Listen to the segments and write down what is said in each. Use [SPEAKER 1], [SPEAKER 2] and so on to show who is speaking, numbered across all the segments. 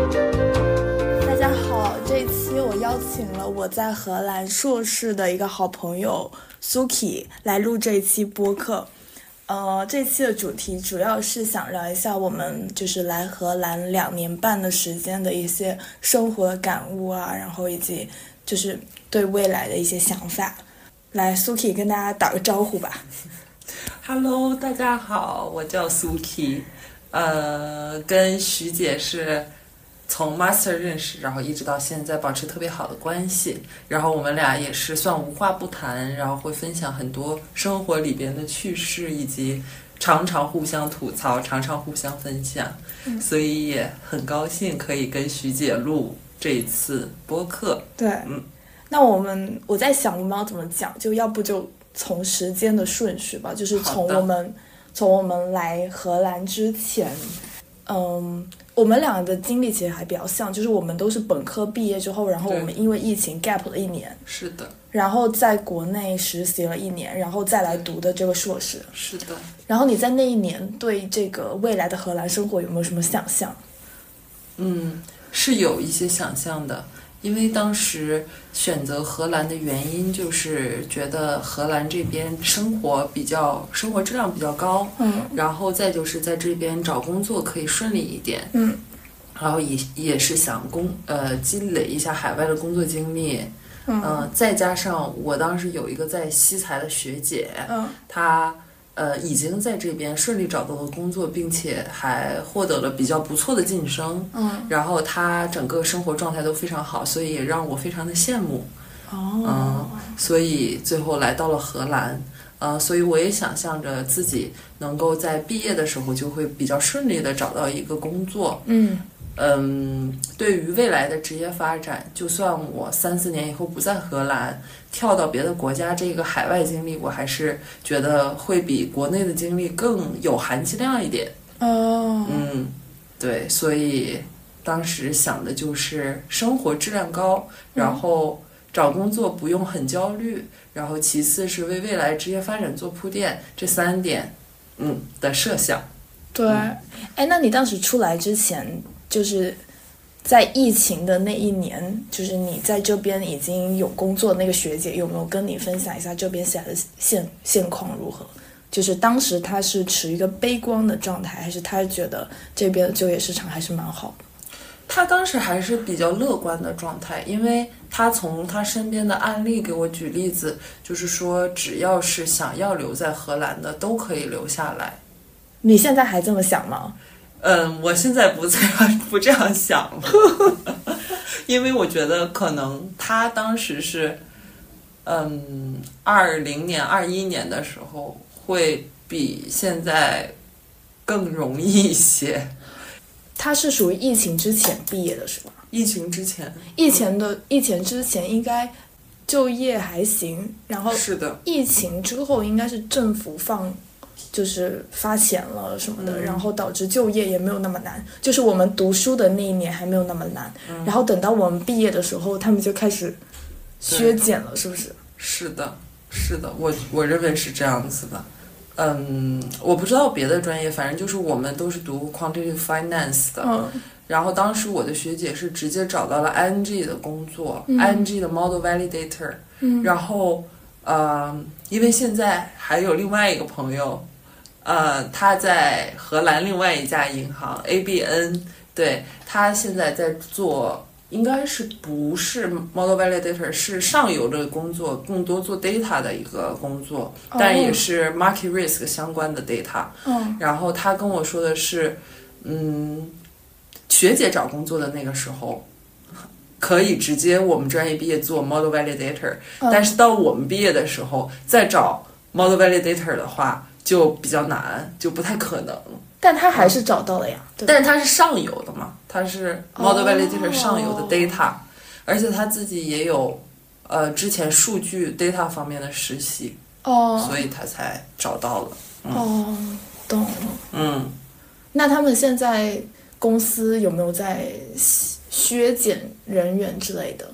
[SPEAKER 1] 大家好，这期我邀请了我在荷兰硕士的一个好朋友 Suki 来录这一期播客。呃，这期的主题主要是想聊一下我们就是来荷兰两年半的时间的一些生活的感悟啊，然后以及就是对未来的一些想法。来，Suki 跟大家打个招呼吧。
[SPEAKER 2] Hello，大家好，我叫 Suki，呃，跟徐姐是从 Master 认识，然后一直到现在保持特别好的关系。然后我们俩也是算无话不谈，然后会分享很多生活里边的趣事，以及常常互相吐槽，常常互相分享。所以也很高兴可以跟徐姐录这一次播客。
[SPEAKER 1] 对，
[SPEAKER 2] 嗯
[SPEAKER 1] 那我们我在想我们要怎么讲，就要不就从时间的顺序吧，就是从
[SPEAKER 2] 好的
[SPEAKER 1] 我们从我们来荷兰之前，嗯，我们俩的经历其实还比较像，就是我们都是本科毕业之后，然后我
[SPEAKER 2] 对
[SPEAKER 1] 们因为疫情 gap 了一年，
[SPEAKER 2] 是的，
[SPEAKER 1] 然后在国内实习了一年，然后再来读的这个硕士。
[SPEAKER 2] 是的。
[SPEAKER 1] 然后你在那一年对这个未来的荷兰生活有没有什么想象？
[SPEAKER 2] 嗯，是有一些想象的，因为当时选择荷兰的原因就是觉得荷兰这边生活比较生活质量比较高，
[SPEAKER 1] 嗯
[SPEAKER 2] 然后再就是在这边找工作可以顺利一点，
[SPEAKER 1] 嗯，
[SPEAKER 2] 然后也也是想工呃积累一下海外的工作经历，嗯、再加上我当时有一个在西财的学姐，
[SPEAKER 1] 嗯
[SPEAKER 2] 她呃已经在这边顺利找到了工作，并且还获得了比较不错的晋升。
[SPEAKER 1] 嗯
[SPEAKER 2] 然后她整个生活状态都非常好，所以也让我非常的羡慕。
[SPEAKER 1] 哦
[SPEAKER 2] 嗯，所以最后来到了荷兰。呃，所以我也想象着自己能够在毕业的时候就会比较顺利的找到一个工作。
[SPEAKER 1] 嗯
[SPEAKER 2] 嗯，对于未来的职业发展，就算我三四年以后不在荷兰，跳到别的国家，这个海外经历，我还是觉得会比国内的经历更有含金量一点。
[SPEAKER 1] 哦
[SPEAKER 2] 嗯，对，所以当时想的就是生活质量高，然后找工作不用很焦虑，然后其次是为未来职业发展做铺垫，这三点，嗯的设想。
[SPEAKER 1] 对，哎，那你当时出来之前，就是在疫情的那一年，就是你在这边已经有工作的那个学姐，有没有跟你分享一下这边现在的现现况如何？就是当时她是持一个悲观的状态，还是她觉得这边的就业市场还是蛮好的？
[SPEAKER 2] 他当时还是比较乐观的状态，因为他从他身边的案例给我举例子，就是说只要是想要留在荷兰的都可以留下来。
[SPEAKER 1] 你现在还这么想吗？
[SPEAKER 2] 嗯，我现在 不这样不这样想 了，因为我觉得可能他当时是，嗯，二零年、二一年的时候会比现在更容易一些。
[SPEAKER 1] 她是属于疫情之前毕业的是吧？
[SPEAKER 2] 疫情之前，
[SPEAKER 1] 疫情的疫情之前应该就业还行，然后
[SPEAKER 2] 是的，
[SPEAKER 1] 疫情之后应该是政府放，就是发钱了什么的，
[SPEAKER 2] 嗯
[SPEAKER 1] 然后导致就业也没有那么难，就是我们读书的那一年还没有那么难，然后等到我们毕业的时候，他们就开始削减了，是不是？
[SPEAKER 2] 是的，是的，我我认为是这样子的。嗯，我不知道别的专业，反正就是我们都是读 quantitative finance 的，
[SPEAKER 1] 嗯
[SPEAKER 2] 然后当时我的学姐是直接找到了 ING 的工作、
[SPEAKER 1] 嗯
[SPEAKER 2] i n g 的 Model Validator，、
[SPEAKER 1] 嗯
[SPEAKER 2] 然后呃，因为现在还有另外一个朋友，呃，他在荷兰另外一家银行 ABN，对他现在在做。应该是不是 model validator 是上游的工作，更多做 data 的一个工作，但也是 market risk 相关的 data。
[SPEAKER 1] 嗯
[SPEAKER 2] 然后他跟我说的是，嗯，学姐找工作的那个时候，可以直接我们专业毕业做 model validator，、
[SPEAKER 1] 嗯
[SPEAKER 2] 但是到我们毕业的时候再找 model validator 的话就比较难，就不太可能。
[SPEAKER 1] 但他还是找到了呀，对吧
[SPEAKER 2] 但是它是上游的嘛，它是 model
[SPEAKER 1] 哦
[SPEAKER 2] validator 上游的 data，、而且他自己也有。呃，之前数据 data 方面的实习，
[SPEAKER 1] 哦
[SPEAKER 2] 所以他才找到了。
[SPEAKER 1] 哦，懂了。
[SPEAKER 2] 嗯，
[SPEAKER 1] 那他们现在公司有没有在削削减人员之类的？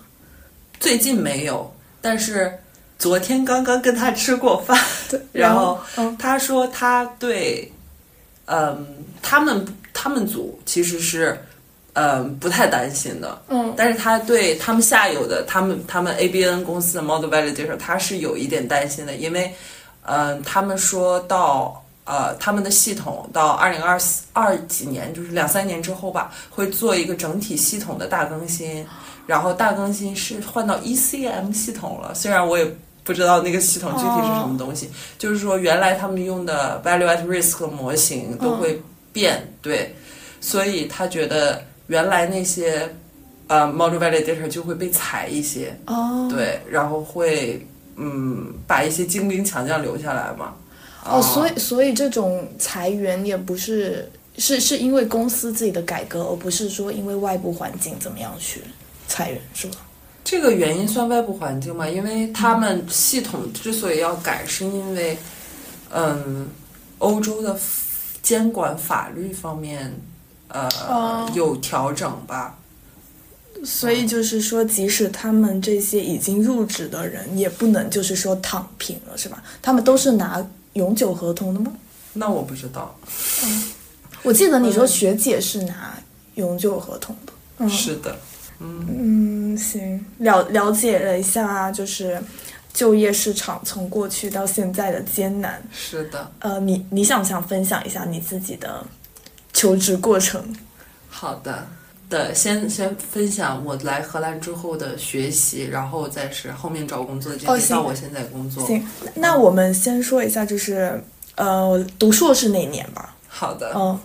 [SPEAKER 2] 最近没有，但是昨 天刚刚跟他吃过饭，
[SPEAKER 1] 对，
[SPEAKER 2] 然后
[SPEAKER 1] 嗯
[SPEAKER 2] 他说他对嗯，他们他们组其实是嗯不太担心的，
[SPEAKER 1] 嗯，
[SPEAKER 2] 但是他对他们下游的他们他们 ABN 公司的 Model Validator 他是有一点担心的，因为嗯他们说到。呃，他们的系统到二零二四二几年，就是两三年之后吧，会做一个整体系统的大更新，然后大更新是换到 ECM 系统了。虽然我也不知道那个系统具体是什么东西，就是说原来他们用的 value at risk 的模型都会变，对，所以他觉得原来那些呃 model validator 就会被裁一些，
[SPEAKER 1] 哦，
[SPEAKER 2] 对，然后会嗯把一些精兵强将留下来嘛。
[SPEAKER 1] 哦，所
[SPEAKER 2] 以
[SPEAKER 1] 以所以这种裁员也不是是是因为公司自己的改革，而不是说因为外部环境怎么样去裁员，是吗？
[SPEAKER 2] 这个原因算外部环境吗？因为他们系统之所以要改，是因为嗯欧洲的监管法律方面呃、
[SPEAKER 1] 哦
[SPEAKER 2] 有调整吧。
[SPEAKER 1] 所以就是说，即使他们这些已经入职的人，也不能就是说躺平了，是吧？他们都是拿永久合同的吗？
[SPEAKER 2] 那我不知道，
[SPEAKER 1] 我记得你说学姐是拿永久合同的。嗯
[SPEAKER 2] 是的，
[SPEAKER 1] 嗯，行，了了解了一下，啊就是就业市场从过去到现在的艰难。
[SPEAKER 2] 是的。
[SPEAKER 1] 呃，你你想不想分享一下你自己的求职过程？
[SPEAKER 2] 好的，的，先先分享我来荷兰之后的学习，然后再是后面找工作的经
[SPEAKER 1] 哦
[SPEAKER 2] 历，
[SPEAKER 1] 行
[SPEAKER 2] 到我现在工作。
[SPEAKER 1] 行，那我们先说一下，就是呃，读硕士那一年吧。
[SPEAKER 2] 好的，
[SPEAKER 1] 嗯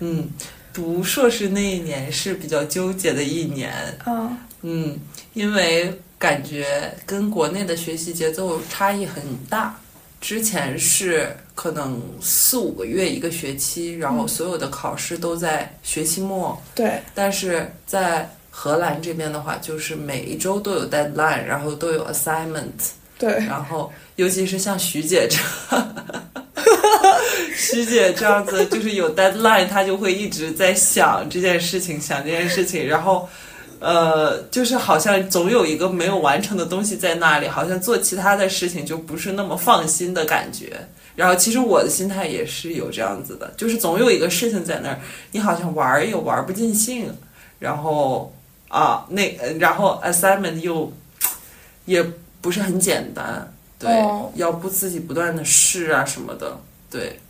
[SPEAKER 2] 嗯，读硕士那一年是比较纠结的一年，
[SPEAKER 1] 嗯
[SPEAKER 2] 嗯，因为感觉跟国内的学习节奏差异很大。之前是可能四五个月一个学期，然后所有的考试都在学期末，
[SPEAKER 1] 对，
[SPEAKER 2] 但是在荷兰这边的话，就是每一周都有 deadline，然后都有 assignment，
[SPEAKER 1] 对，
[SPEAKER 2] 然后尤其是像徐姐这， 徐姐这样子，就是有 deadline，她就会一直在想这件事情，想这件事情，然后。呃，就是好像总有一个没有完成的东西在那里，好像做其他的事情就不是那么放心的感觉。然后其实我的心态也是有这样子的，就是总有一个事情在那儿，你好像玩儿又玩不尽兴，然后啊那呃然后 assignment 又也不是很简单，对，
[SPEAKER 1] 哦
[SPEAKER 2] 要不自己不断的试啊什么的，对，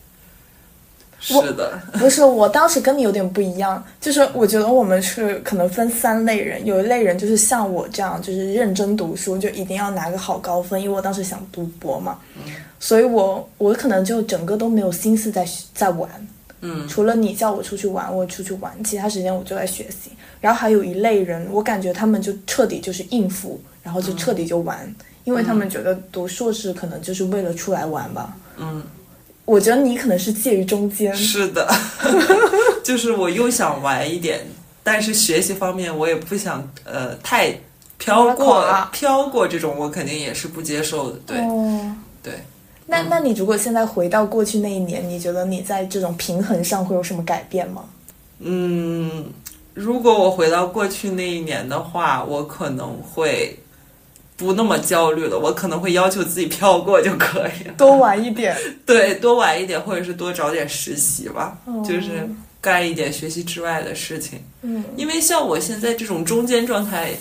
[SPEAKER 1] 我
[SPEAKER 2] 是的，
[SPEAKER 1] 不是，我当时跟你有点不一样，就是我觉得我们是可能分三类人，有一类人就是像我这样，就是认真读书，就一定要拿个好高分，因为我当时想读博嘛，所以我我可能就整个都没有心思在学在玩，
[SPEAKER 2] 嗯
[SPEAKER 1] 除了你叫我出去玩，我出去玩，其他时间我就在学习。然后还有一类人，我感觉他们就彻底就是应付，然后就彻底就玩，
[SPEAKER 2] 嗯
[SPEAKER 1] 因为他们觉得读硕士可能就是为了出来玩吧。
[SPEAKER 2] 嗯，
[SPEAKER 1] 我觉得你可能是介于中间，
[SPEAKER 2] 是的， 就是我又想玩一点，但是学习方面我也不想呃太飘过
[SPEAKER 1] 拉垮
[SPEAKER 2] 飘过这种，我肯定也是不接受的，对、
[SPEAKER 1] 哦，
[SPEAKER 2] 对。嗯
[SPEAKER 1] 那那你如果现在回到过去那一年，你觉得你在这种平衡上会有什么改变 吗？
[SPEAKER 2] 嗯，如果我回到过去那一年的话，我可能会不那么焦虑了，我可能会要求自己飘过就可以了。
[SPEAKER 1] 多玩一点，
[SPEAKER 2] 对，多玩一点，或者是多找点实习吧，
[SPEAKER 1] 哦
[SPEAKER 2] 就是干一点学习之外的事情。
[SPEAKER 1] 嗯，
[SPEAKER 2] 因为像我现在这种中间状态，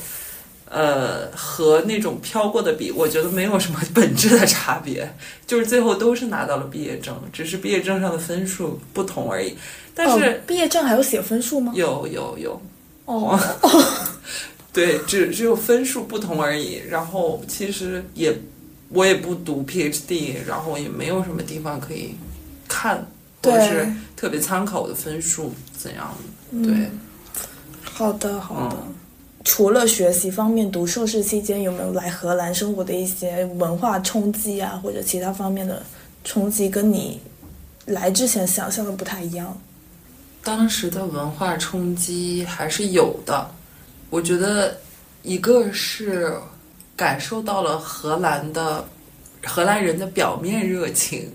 [SPEAKER 2] 呃，和那种飘过的比，我觉得没有什么本质的差别，就是最后都是拿到了毕业证，只是毕业证上的分数不同而已。但是、
[SPEAKER 1] 哦、毕业证还要写分数吗？
[SPEAKER 2] 有有有，
[SPEAKER 1] 哦，
[SPEAKER 2] 对，只只有分数不同而已。然后其实也我也不读 PhD，然后也没有什么地方可以看，或者
[SPEAKER 1] 对
[SPEAKER 2] 是特别参考我的分数怎样的。
[SPEAKER 1] 嗯
[SPEAKER 2] 对，
[SPEAKER 1] 好的，好的。
[SPEAKER 2] 嗯
[SPEAKER 1] 除了学习方面，读硕士期间有没有来荷兰生活的一些文化冲击啊，或者其他方面的冲击，跟你来之前想象的不太一样？
[SPEAKER 2] 当时的文化冲击还是有的。我觉得一个是感受到了荷兰的荷兰人的表面热情，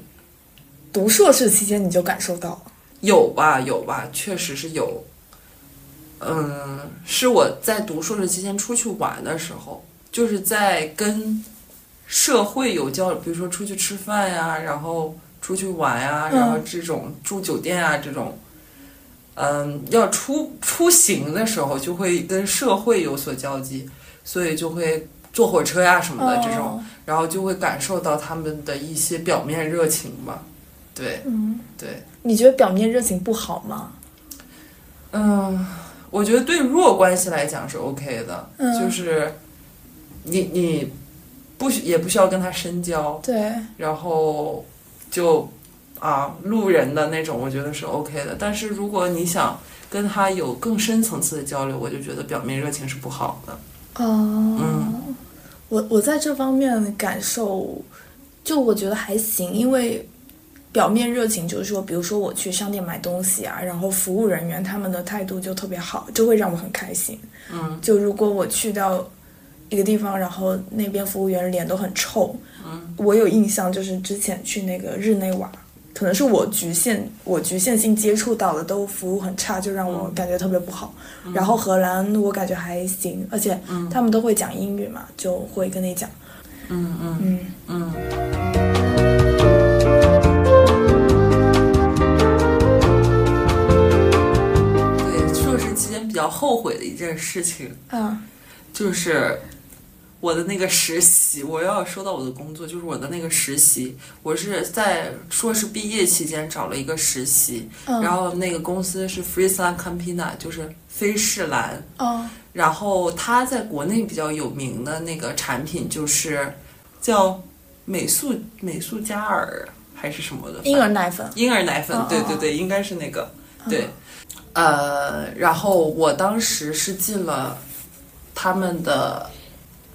[SPEAKER 1] 读硕士期间你就感受到了，
[SPEAKER 2] 有吧，有吧，确实是有。嗯，是我在读硕士期间出去玩的时候，就是在跟社会有交流，比如说出去吃饭呀、然后出去玩啊，
[SPEAKER 1] 嗯
[SPEAKER 2] 然后这种住酒店啊这种，嗯，要出出行的时候就会跟社会有所交集，所以就会坐火车呀、什么的嗯这种，
[SPEAKER 1] 哦
[SPEAKER 2] 然后就会感受到他们的一些表面热情吧。对
[SPEAKER 1] 嗯，
[SPEAKER 2] 对，
[SPEAKER 1] 你觉得表面热情不好吗？
[SPEAKER 2] 嗯，我觉得对弱关系来讲是 OK 的，
[SPEAKER 1] 嗯
[SPEAKER 2] 就是你你不需也不需要跟他深交，
[SPEAKER 1] 对，
[SPEAKER 2] 然后就啊路人的那种，我觉得是 OK 的。但是如果你想跟他有更深层次的交流，我就觉得表面热情是不好的。嗯
[SPEAKER 1] 哦，我我在这方面的感受，就我觉得还行，因为表面热情就是说，比如说我去商店买东西啊，然后服务人员他们的态度就特别好，就会让我很开心。
[SPEAKER 2] 嗯，
[SPEAKER 1] 就如果我去到一个地方，然后那边服务员脸都很臭，
[SPEAKER 2] 嗯，
[SPEAKER 1] 我有印象就是之前去那个日内瓦。可能是我局限我局限性接触到的都服务很差，就让我
[SPEAKER 2] 嗯
[SPEAKER 1] 感觉特别不好。然后荷兰我感觉还行，而且
[SPEAKER 2] 嗯
[SPEAKER 1] 他们都会讲英语嘛，就会跟你讲。
[SPEAKER 2] 嗯嗯
[SPEAKER 1] 嗯，
[SPEAKER 2] 嗯。对，硕士期间比较后悔的一件事情
[SPEAKER 1] 啊，
[SPEAKER 2] 就是我的那个实习，我要说到我的工作，就是我的那个实习，我是在硕士毕业期间找了一个实习，
[SPEAKER 1] 嗯，
[SPEAKER 2] 然后那个公司是 Frisa Campina，就是菲士兰，
[SPEAKER 1] 哦，
[SPEAKER 2] 然后它在国内比较有名的那个产品就是叫美素美素佳尔还是什么的，
[SPEAKER 1] 嗯婴儿奶粉，
[SPEAKER 2] 婴儿奶粉
[SPEAKER 1] 哦，
[SPEAKER 2] 对
[SPEAKER 1] 哦
[SPEAKER 2] 对对，应该是那个。
[SPEAKER 1] 嗯
[SPEAKER 2] 对，呃，然后我当时是进了他们的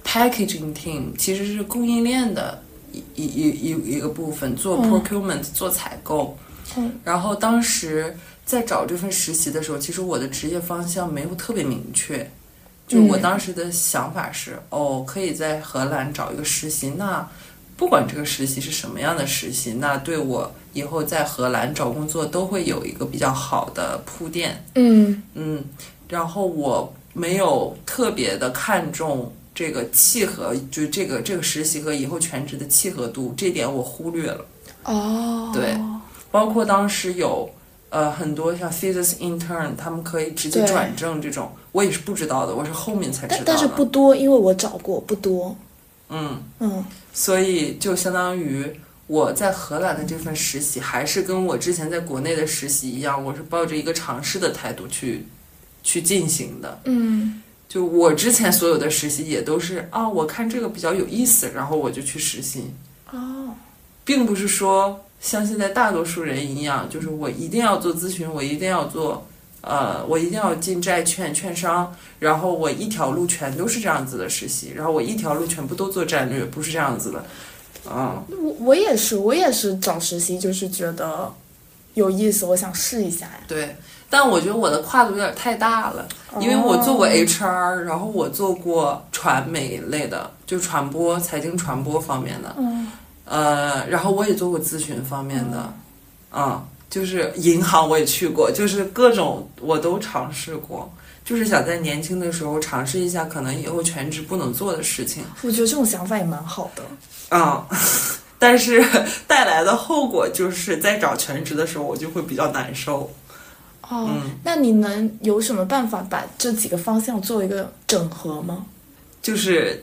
[SPEAKER 2] packaging team，其实是供应链的一一一一一个部分，做
[SPEAKER 1] 嗯
[SPEAKER 2] procurement、做采购。
[SPEAKER 1] 嗯
[SPEAKER 2] 然后当时在找这份实习的时候，其实我的职业方向没有特别明确。就我
[SPEAKER 1] 嗯
[SPEAKER 2] 当时的想法是，哦，可以在荷兰找一个实习，那不管这个实习是什么样的实习，那对我以后在荷兰找工作都会有一个比较好的铺垫。
[SPEAKER 1] 嗯
[SPEAKER 2] 嗯，然后我没有特别的看重这个契合，就这个这个实习和以后全职的契合度，这点我忽略了。
[SPEAKER 1] 哦，
[SPEAKER 2] 对，包括当时有呃很多像 thesis intern，他们可以直接
[SPEAKER 1] 对
[SPEAKER 2] 转正这种，我也是不知道的，我是后面才知道
[SPEAKER 1] 但
[SPEAKER 2] 的。
[SPEAKER 1] 但是不多，因为我找过不多，
[SPEAKER 2] 嗯。
[SPEAKER 1] 嗯
[SPEAKER 2] 所以就相当于我在荷兰的这份实习，还是跟我之前在国内的实习一样，我是抱着一个尝试的态度去去进行的。
[SPEAKER 1] 嗯
[SPEAKER 2] 就我之前所有的实习也都是啊，我看这个比较有意思，然后我就去实习，
[SPEAKER 1] 哦，
[SPEAKER 2] 并不是说像现在大多数人一样，就是我一定要做咨询，我一定要做。呃，我一定要进债券、券商，然后我一条路全都是这样子的实习，然后我一条路全部都做战略，不是这样子的，嗯，
[SPEAKER 1] 我我也是，我也是找实习，就是觉得有意思，我想试一下呀。
[SPEAKER 2] 对，但我觉得我的跨度有点太大了，因为我做过 HR，然后我做过传媒类的，就传播、财经传播方面的，
[SPEAKER 1] 嗯
[SPEAKER 2] 呃，然后我也做过咨询方面的，嗯，就是银行我也去过，就是各种我都尝试过，就是想在年轻的时候尝试一下可能以后全职不能做的事情，
[SPEAKER 1] 我觉得这种想法也蛮好的。
[SPEAKER 2] 嗯。 但是带来的后果就是，在找全职的时候，我就会比较难受。
[SPEAKER 1] 哦，
[SPEAKER 2] 嗯
[SPEAKER 1] 那你能有什么办法把这几个方向做一个整合吗？
[SPEAKER 2] 就是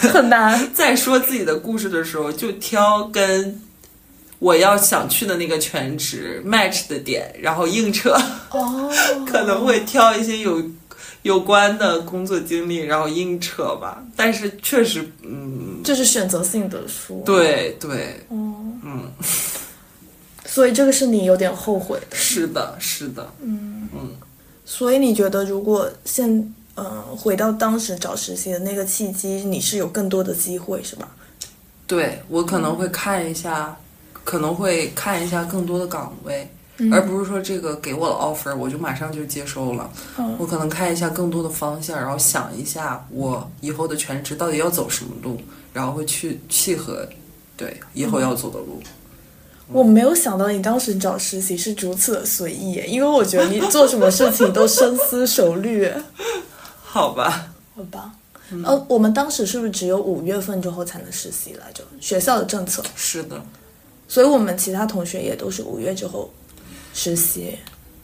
[SPEAKER 1] 很难。
[SPEAKER 2] 在说自己的故事的时候，就挑跟我要想去的那个全职 match 的点，然后硬扯，
[SPEAKER 1] 哦，
[SPEAKER 2] 可能会挑一些有有关的工作经历，然后硬扯吧。但是确实，嗯，
[SPEAKER 1] 这是选择性的说。，
[SPEAKER 2] 对对，
[SPEAKER 1] 哦，
[SPEAKER 2] 嗯，
[SPEAKER 1] 所以这个是你有点后悔的。嗯
[SPEAKER 2] 是的，是的，
[SPEAKER 1] 所以你觉得，如果现呃回到当时找实习的那个契机，你是有更多的机会是吧？
[SPEAKER 2] 对我可能会看一下，可能会看一下更多的岗位。而不是说这个给我的 offer 我就马上就接收了，
[SPEAKER 1] 嗯
[SPEAKER 2] 我可能看一下更多的方向，然后想一下我以后的全职到底要走什么路，然后会去契合，对以后要走的路。嗯
[SPEAKER 1] 我没有想到你当时找实习是如此的随意耶，因为我觉得你做什么事情都深思熟 虑。
[SPEAKER 2] 好吧，
[SPEAKER 1] 好吧，
[SPEAKER 2] 嗯
[SPEAKER 1] 呃，我们当时是不是只有五月份之后才能实习来着？学校的政策，
[SPEAKER 2] 是的，
[SPEAKER 1] 所以我们其他同学也都是五月之后实习。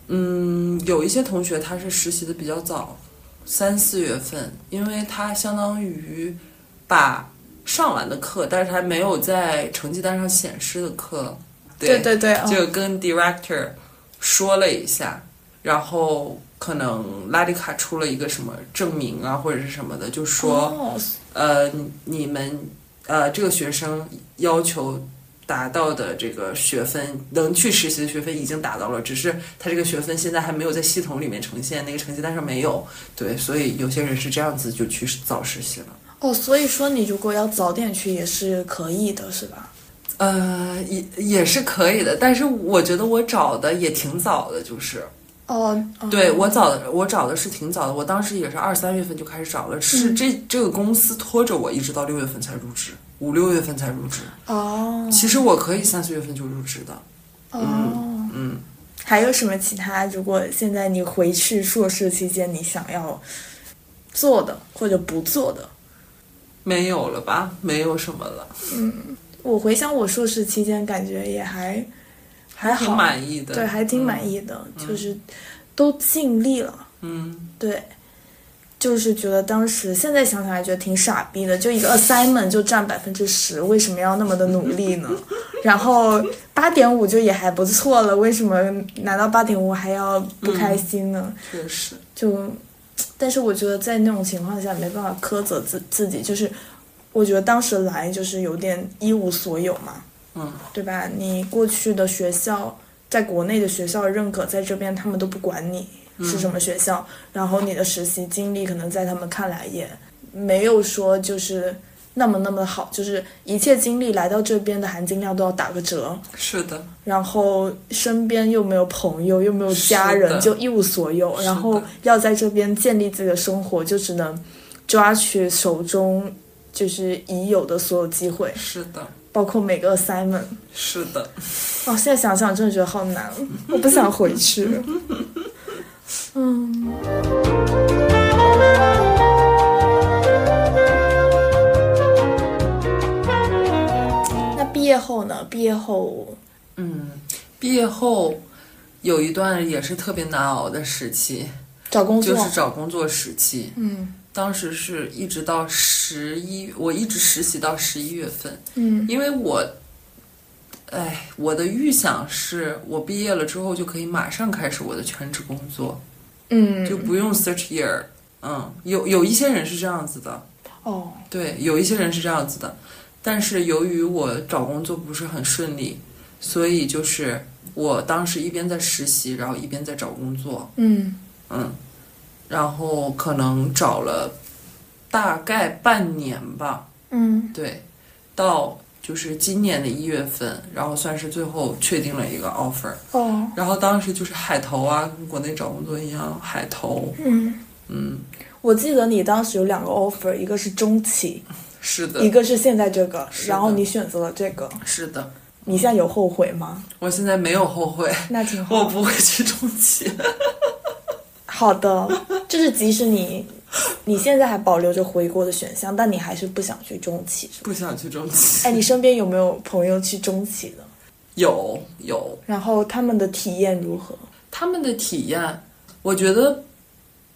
[SPEAKER 2] 嗯，有一些同学他是实习的比较早，三四月份，因为他相当于把上完的课，但是还没有在成绩单上显示的课，
[SPEAKER 1] 对对对，嗯
[SPEAKER 2] 就跟 director 说了一下，然后可能拉里卡出了一个什么证明啊或者是什么的，就说、
[SPEAKER 1] 哦
[SPEAKER 2] 呃你你们呃这个学生要求达到的这个学分，能去实习的学分已经达到了，只是他这个学分现在还没有在系统里面呈现，那个成绩单上没有，对，所以有些人是这样子就去早实习了。
[SPEAKER 1] 哦，所以说你如果要早点去也是可以的，是吧？
[SPEAKER 2] 呃，也也是可以的，但是我觉得我找的也挺早的，就是
[SPEAKER 1] 哦，嗯
[SPEAKER 2] 对我找的我找的是挺早的，我当时也是二三月份就开始找了，是这这个公司拖着我一直到六月份才入职，五六月份才入职。
[SPEAKER 1] 哦
[SPEAKER 2] 其实我可以三四月份就入职的，
[SPEAKER 1] 哦，
[SPEAKER 2] 嗯，
[SPEAKER 1] 还有什么其他？如果现在你回去硕士期间，你想要做的或者不做的，
[SPEAKER 2] 没有了吧？没有什么了，
[SPEAKER 1] 我回想我硕士期间，感觉也还还
[SPEAKER 2] 挺
[SPEAKER 1] 好，
[SPEAKER 2] 满意的。
[SPEAKER 1] 对，还挺满意的，就是都尽力了。
[SPEAKER 2] 嗯，
[SPEAKER 1] 对，就是觉得当时现在想想还觉得挺傻逼的，就一个 assignment 就占百分之十，为什么要那么的努力呢？然后八点五就也还不错了，为什么拿到八点五还要不开
[SPEAKER 2] 嗯
[SPEAKER 1] 心呢？
[SPEAKER 2] 确实，
[SPEAKER 1] 就，但是我觉得在那种情况下没办法苛责自自己，就是我觉得当时来就是有点一无所有嘛，
[SPEAKER 2] 嗯，
[SPEAKER 1] 对吧？你过去的学校，在国内的学校认可，在这边他们都不管你是什么学校，然后你的实习经历可能在他们看来也没有说就是那么那么好，就是一切经历来到这边的含金量都要打个折，
[SPEAKER 2] 是的，
[SPEAKER 1] 然后身边又没有朋友，又没有家
[SPEAKER 2] 是的
[SPEAKER 1] 人，就一无所有，
[SPEAKER 2] 是的
[SPEAKER 1] 然后要在这边建立自己的生活，就只能抓取手中就是已有的所有机会，
[SPEAKER 2] 是的，
[SPEAKER 1] 包括每个 assignment。
[SPEAKER 2] 是的，
[SPEAKER 1] 哦，现在想想真的觉得好难，我不想回去。 嗯，那毕业后呢？毕业后，
[SPEAKER 2] 嗯，毕业后有一段也是特别难熬的时期，
[SPEAKER 1] 找工作，
[SPEAKER 2] 就是找工作时期。
[SPEAKER 1] 嗯
[SPEAKER 2] 当时是一直到十一，我一直实习到十一月份，
[SPEAKER 1] 嗯
[SPEAKER 2] 因为我，哎，我的预想是我毕业了之后就可以马上开始我的全职工作，
[SPEAKER 1] 嗯，
[SPEAKER 2] 就不用 search year。嗯，有有一些人是这样子的，
[SPEAKER 1] 哦，
[SPEAKER 2] 对，有一些人是这样子的，但是由于我找工作不是很顺利，所以就是我当时一边在实习，然后一边在找工作，
[SPEAKER 1] 嗯
[SPEAKER 2] 嗯，然后可能找了大概半年吧，
[SPEAKER 1] 嗯
[SPEAKER 2] 对，到就是今年的一月份，然后算是最后确定了一个 offer。
[SPEAKER 1] 哦，
[SPEAKER 2] 然后当时就是海投啊，跟国内找工作一样，海投，
[SPEAKER 1] 嗯，
[SPEAKER 2] 嗯，
[SPEAKER 1] 我记得你当时有两个 offer，一个是中期，
[SPEAKER 2] 是
[SPEAKER 1] 一
[SPEAKER 2] 的，
[SPEAKER 1] 个是现在这个，
[SPEAKER 2] 是的
[SPEAKER 1] 然后你选择了这个，
[SPEAKER 2] 是的，
[SPEAKER 1] 你现在有后悔吗？
[SPEAKER 2] 我现在没有后悔，
[SPEAKER 1] 那挺好。
[SPEAKER 2] 我不会去中介，
[SPEAKER 1] 好的，就是即使 你你现在还保留着回国的选项，但你还是不想去中企，是吧？
[SPEAKER 2] 不想去中介。
[SPEAKER 1] 哎，你身边有没有朋友去中企的？
[SPEAKER 2] 有有，
[SPEAKER 1] 然后他们的体验如何？
[SPEAKER 2] 他们的体验，我觉得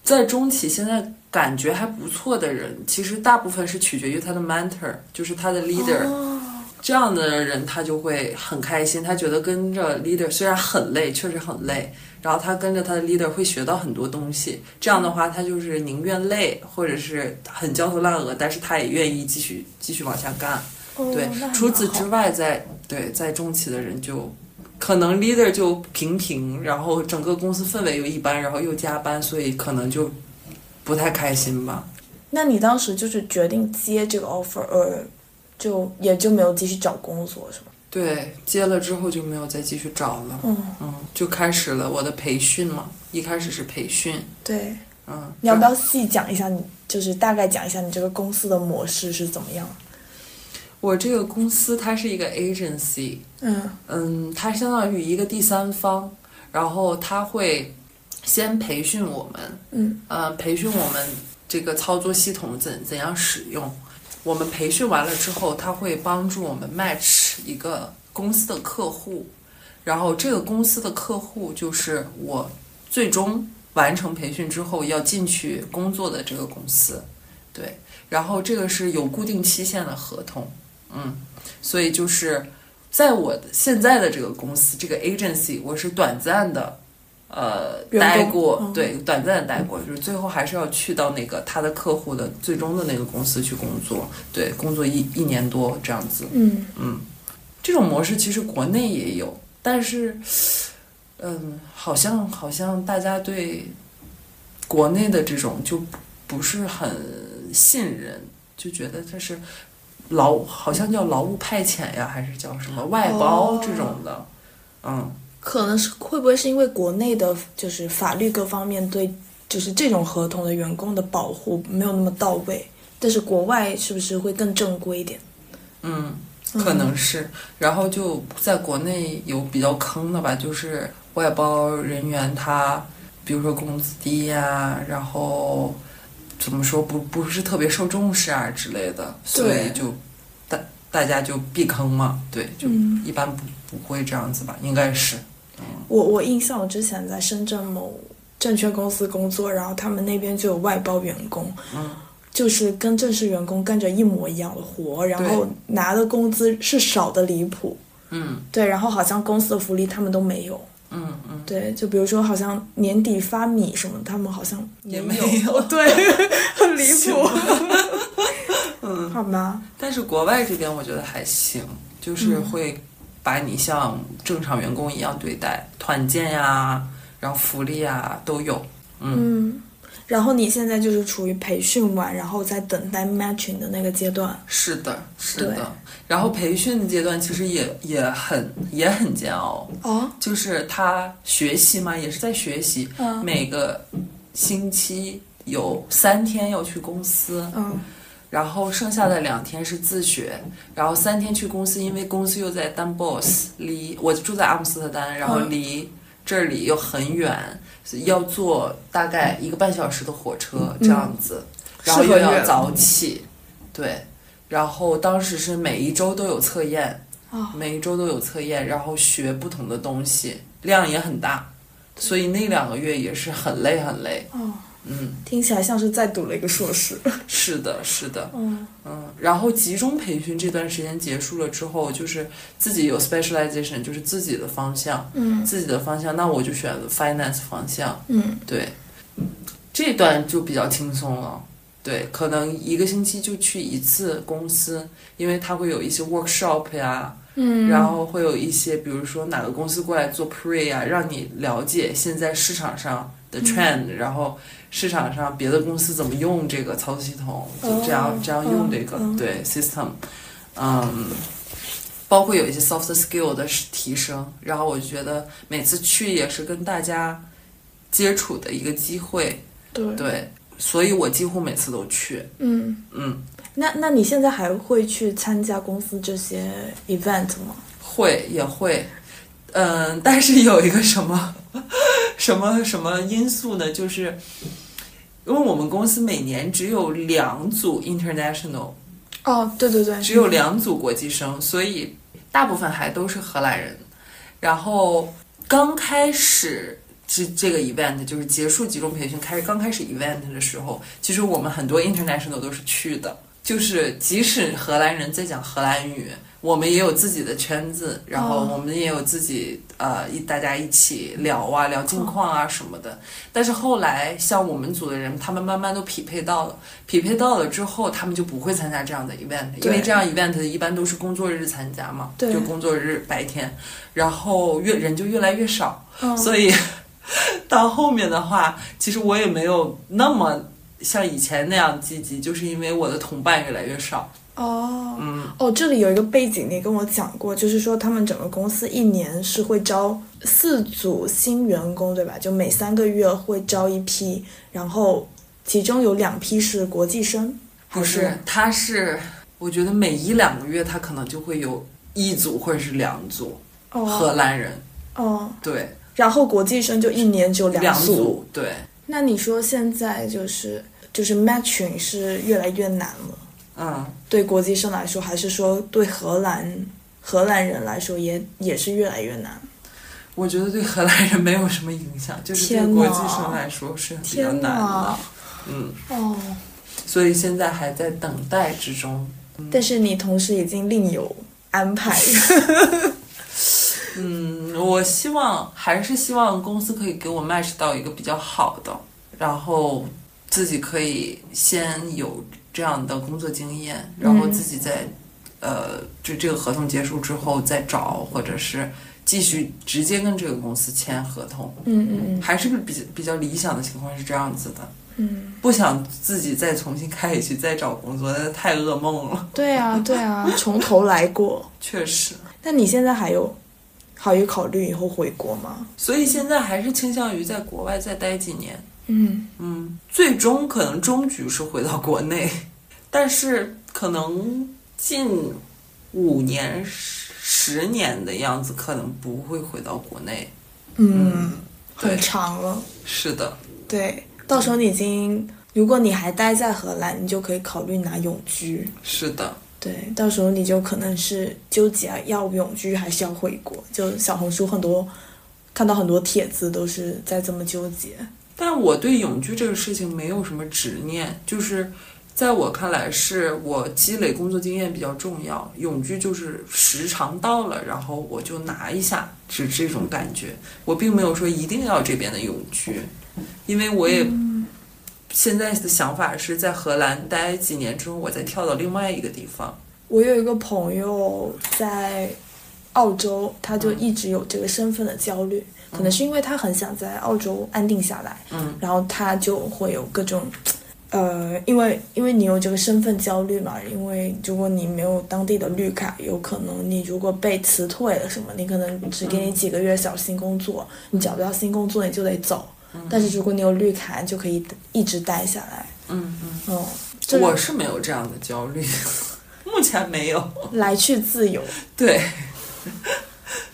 [SPEAKER 2] 在中企现在感觉还不错的人，其实大部分是取决于他的 mentor，就是他的 leader、
[SPEAKER 1] 哦，
[SPEAKER 2] 这样的人，他就会很开心，他觉得跟着 leader 虽然很累，确实很累。然后他跟着他的 leader 会学到很多东西，这样的话他就是宁愿累，或者是很焦头烂额，但是他也愿意继续继续往下干。
[SPEAKER 1] 哦
[SPEAKER 2] 对
[SPEAKER 1] 那，还
[SPEAKER 2] 除此
[SPEAKER 1] 蛮好
[SPEAKER 2] 之外，在对在中企的人就可能 leader 就平平，然后整个公司氛围又一般，然后又加班，所以可能就不太开心吧。
[SPEAKER 1] 那你当时就是决定接这个 offer，而就也就没有继续找工作，是吗？
[SPEAKER 2] 对，接了之后就没有再继续找了，
[SPEAKER 1] 嗯，
[SPEAKER 2] 嗯，就开始了我的培训嘛。一开始是培训，
[SPEAKER 1] 对。
[SPEAKER 2] 嗯，
[SPEAKER 1] 你要不
[SPEAKER 2] 然后
[SPEAKER 1] 要细讲一下你？就是大概讲一下你这个公司的模式是怎么样？
[SPEAKER 2] 我这个公司它是一个 agency，
[SPEAKER 1] 嗯
[SPEAKER 2] 嗯，它相当于一个第三方，然后它会先培训我们，
[SPEAKER 1] 嗯
[SPEAKER 2] 呃，培训我们这个操作系统怎怎样使用。我们培训完了之后，他会帮助我们 match 是一个公司的客户，然后这个公司的客户就是我最终完成培训之后要进去工作的这个公司，对，然后这个是有固定期限的合同，嗯，所以就是在我的现在的这个公司这个 agency，我是短暂的。呃，
[SPEAKER 1] 员工
[SPEAKER 2] 待过，
[SPEAKER 1] 嗯
[SPEAKER 2] 对，短暂的待过，就是最后还是要去到那个他的客户的最终的那个公司去工作，对，工作一一年多这样子。
[SPEAKER 1] 嗯，
[SPEAKER 2] 嗯，这种模式其实国内也有，但是，嗯，好像好像大家对国内的这种就不是很信任，就觉得这是劳，好像叫劳务派遣呀，还是叫什么外包
[SPEAKER 1] 哦
[SPEAKER 2] 这种的，嗯。
[SPEAKER 1] 可能是会不会是因为国内的，就是法律各方面对就是这种合同的员工的保护没有那么到位，但是国外是不是会更正规一点？
[SPEAKER 2] 嗯，可能是，然后就在国内有比较坑的吧，就是外包人员他，比如说工资低呀、然后怎么说不不是特别受重视啊之类的，所以
[SPEAKER 1] 对
[SPEAKER 2] 就大大家就避坑嘛，对，就
[SPEAKER 1] 嗯
[SPEAKER 2] 一般不不会这样子吧，应该是，
[SPEAKER 1] 我我印象，我之前在深圳某证券公司工作，然后他们那边就有外包员工，
[SPEAKER 2] 嗯，
[SPEAKER 1] 就是跟正式员工干着一模一样的活，然后拿的工资是少的离谱，
[SPEAKER 2] 嗯
[SPEAKER 1] 对，然后好像公司的福利他们都没有，
[SPEAKER 2] 嗯嗯，
[SPEAKER 1] 对，就比如说好像年底发米什么，他们好像
[SPEAKER 2] 也
[SPEAKER 1] 没
[SPEAKER 2] 没有
[SPEAKER 1] 对，很离谱， 嗯，好吗？
[SPEAKER 2] 但是国外这边我觉得还行，就是会把你像正常员工一样对待，团建呀、然后福利啊都有。嗯，
[SPEAKER 1] 嗯，然后你现在就是处于培训完，然后在等待 matching 的那个阶段，
[SPEAKER 2] 是的，是
[SPEAKER 1] 对
[SPEAKER 2] 的。然后培训的阶段其实也也很也很煎熬，
[SPEAKER 1] 哦，
[SPEAKER 2] 就是他学习嘛，也是在学习，
[SPEAKER 1] 嗯
[SPEAKER 2] 每个星期有三天要去公司，
[SPEAKER 1] 嗯。
[SPEAKER 2] 然后剩下的两天是自学，然后三天去公司，因为公司又在丹 boss，离我住在阿姆斯特丹，然后
[SPEAKER 1] 嗯
[SPEAKER 2] 离这里又很远，要坐大概一个半小时的火车
[SPEAKER 1] 嗯
[SPEAKER 2] 这样子，然后
[SPEAKER 1] 是
[SPEAKER 2] 又
[SPEAKER 1] 很
[SPEAKER 2] 要
[SPEAKER 1] 远
[SPEAKER 2] 早起，对，然后当时是每一周都有测验，
[SPEAKER 1] 啊、
[SPEAKER 2] 每一周都有测验，然后学不同的东西，量也很大，所以那两个月也是很累很累，
[SPEAKER 1] 哦，
[SPEAKER 2] 嗯，
[SPEAKER 1] 听起来像是再读了一个硕士。
[SPEAKER 2] 是的，是的。
[SPEAKER 1] 嗯，
[SPEAKER 2] 嗯，然后集中培训这段时间结束了之后，就是自己有 specialization，就是自己的方向，
[SPEAKER 1] 嗯
[SPEAKER 2] 自己的方向，那我就选 finance 方向。
[SPEAKER 1] 嗯，
[SPEAKER 2] 对，这段就比较轻松了。对，可能一个星期就去一次公司，因为它会有一些 workshop 呀，
[SPEAKER 1] 嗯
[SPEAKER 2] 然后会有一些，比如说哪个公司过来做 pre 呀，让你了解现在市场上的
[SPEAKER 1] 嗯
[SPEAKER 2] trend，、然后市场上别的公司怎么用这个操作系统，就
[SPEAKER 1] 哦
[SPEAKER 2] 这样、这样用这个、
[SPEAKER 1] 嗯嗯
[SPEAKER 2] 对 system，嗯，包括有一些 soft skill 的提升，然后我就觉得每次去也是跟大家接触的一个机会，
[SPEAKER 1] 嗯对，
[SPEAKER 2] 对，所以我几乎每次都去，
[SPEAKER 1] 嗯，
[SPEAKER 2] 嗯。
[SPEAKER 1] 那那你现在还会去参加公司这些 event 吗？
[SPEAKER 2] 会也会，嗯，但是有一个什么 什么什么因素呢？就是因为我们公司每年只有两组 international，
[SPEAKER 1] 哦，对对对，
[SPEAKER 2] 只有两组国际生，所以大部分还都是荷兰人。然后刚开始这这个 event 就是结束集中培训开始刚开始 event 的时候，其实我们很多 international 都是去的，就是即使荷兰人在讲荷兰语。我们也有自己的圈子，然后
[SPEAKER 1] 哦
[SPEAKER 2] 我们也有自己、呃一大家一起聊啊聊
[SPEAKER 1] 哦
[SPEAKER 2] 近况啊什么的。但是后来像我们组的人，他们慢慢都匹配到了，匹配到了之后，他们就不会参加这样的 event，因为
[SPEAKER 1] 对
[SPEAKER 2] 这样 event 一般都是工作日参加嘛，
[SPEAKER 1] 对
[SPEAKER 2] 就工作日白天，然后越人就越来越少。
[SPEAKER 1] 嗯，
[SPEAKER 2] 所以 到后面的话，其实我也没有那么像以前那样积极，就是因为我的同伴越来越少。
[SPEAKER 1] 哦。
[SPEAKER 2] 嗯，
[SPEAKER 1] 哦，这里有一个背景，你跟我讲过，就是说他们整个公司一年是会招四组新员工，对吧？就每三个月会招一批，然后其中有两批是国际生，还
[SPEAKER 2] 不是，他是我觉得每一两个月他可能就会有一组或者是两组荷
[SPEAKER 1] 哦
[SPEAKER 2] 兰人，
[SPEAKER 1] 哦，
[SPEAKER 2] 对，
[SPEAKER 1] 然后国际生就一年就
[SPEAKER 2] 两
[SPEAKER 1] 组，
[SPEAKER 2] 组，对，
[SPEAKER 1] 那你说现在就是就是 matching 是越来越难了，
[SPEAKER 2] 嗯。
[SPEAKER 1] 对国际生来说，还是说对荷兰荷兰人来说也也是越来越难。
[SPEAKER 2] 我觉得对荷兰人没有什么影响，就是对
[SPEAKER 1] 天
[SPEAKER 2] 国
[SPEAKER 1] 哪
[SPEAKER 2] 际生来说是比较
[SPEAKER 1] 天
[SPEAKER 2] 难的
[SPEAKER 1] 哪。，
[SPEAKER 2] 嗯，
[SPEAKER 1] 哦，
[SPEAKER 2] 所以现在还在等待之中。
[SPEAKER 1] 但是你同时已经另有安排。
[SPEAKER 2] 嗯，我希望还是希望公司可以给我 match 到一个比较好的，然后自己可以先有这样的工作经验，然后自己再、呃，就这个合同结束之后再找，或者是继续直接跟这个公司签合同，
[SPEAKER 1] 嗯嗯
[SPEAKER 2] 还是比较比较理想的情况是这样子的。
[SPEAKER 1] 嗯，
[SPEAKER 2] 不想自己再重新开始去再找工作，那太噩梦了。
[SPEAKER 1] 对啊对啊，从头来过。
[SPEAKER 2] 确实，
[SPEAKER 1] 那你现在还有还有考虑以后回国吗？
[SPEAKER 2] 所以现在还是倾向于在国外再待几年。
[SPEAKER 1] 嗯
[SPEAKER 2] 嗯，最终可能终局是回到国内，但是可能近五年、十十年的样子，可能不会回到国内。
[SPEAKER 1] 嗯，很
[SPEAKER 2] 对，
[SPEAKER 1] 长了。
[SPEAKER 2] 是的，
[SPEAKER 1] 对，到时候你已经，如果你还待在荷兰，你就可以考虑拿永居。
[SPEAKER 2] 是的，
[SPEAKER 1] 对，到时候你就可能是纠结要永居还是要回国。就小红书很多看到很多帖子都是在这么纠结。
[SPEAKER 2] 但我对永居这个事情没有什么执念，就是在我看来，是我积累工作经验比较重要，永居就是时长到了，然后我就拿一下，是这种感觉。我并没有说一定要这边的永居，因为我也现在的想法是在荷兰待几年之后，我再跳到另外一个地方。
[SPEAKER 1] 我有一个朋友在澳洲，他就一直有这个身份的焦虑，可能是因为他很想在澳洲安定下来，
[SPEAKER 2] 嗯，
[SPEAKER 1] 然后他就会有各种，呃，因为因为你有这个身份焦虑嘛，因为如果你没有当地的绿卡，有可能你如果被辞退了什么，你可能只给你几个月小新工作，
[SPEAKER 2] 嗯
[SPEAKER 1] 你找不到新工作你就得走，但是如果你有绿卡，你就可以一直待下来，
[SPEAKER 2] 嗯嗯，
[SPEAKER 1] 嗯，这
[SPEAKER 2] 我是没有这样的焦虑， 目前没有。
[SPEAKER 1] 来去自由。
[SPEAKER 2] 对，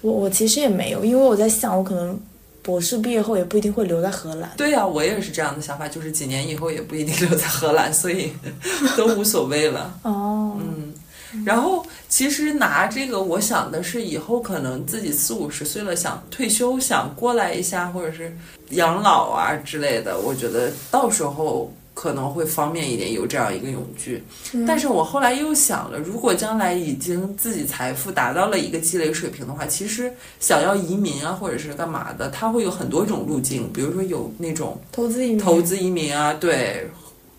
[SPEAKER 1] 我我其实也没有，因为我在想，我可能博士毕业后也不一定会留在荷兰。
[SPEAKER 2] 对呀、我也是这样的想法，就是几年以后也不一定留在荷兰，所以 都无所谓了。
[SPEAKER 1] 哦，
[SPEAKER 2] 嗯，然后其实拿这个，我想的是以后可能自己四五十岁了，想退休，想过来一下，或者是养老啊之类的，我觉得到时候。可能会方便一点，有这样一个永居。但是我后来又想了，如果将来已经自己财富达到了一个积累水平的话，其实想要移民啊，或者是干嘛的，它会有很多种路径，比如说有那种
[SPEAKER 1] 投资移民，
[SPEAKER 2] 投资移民啊，对，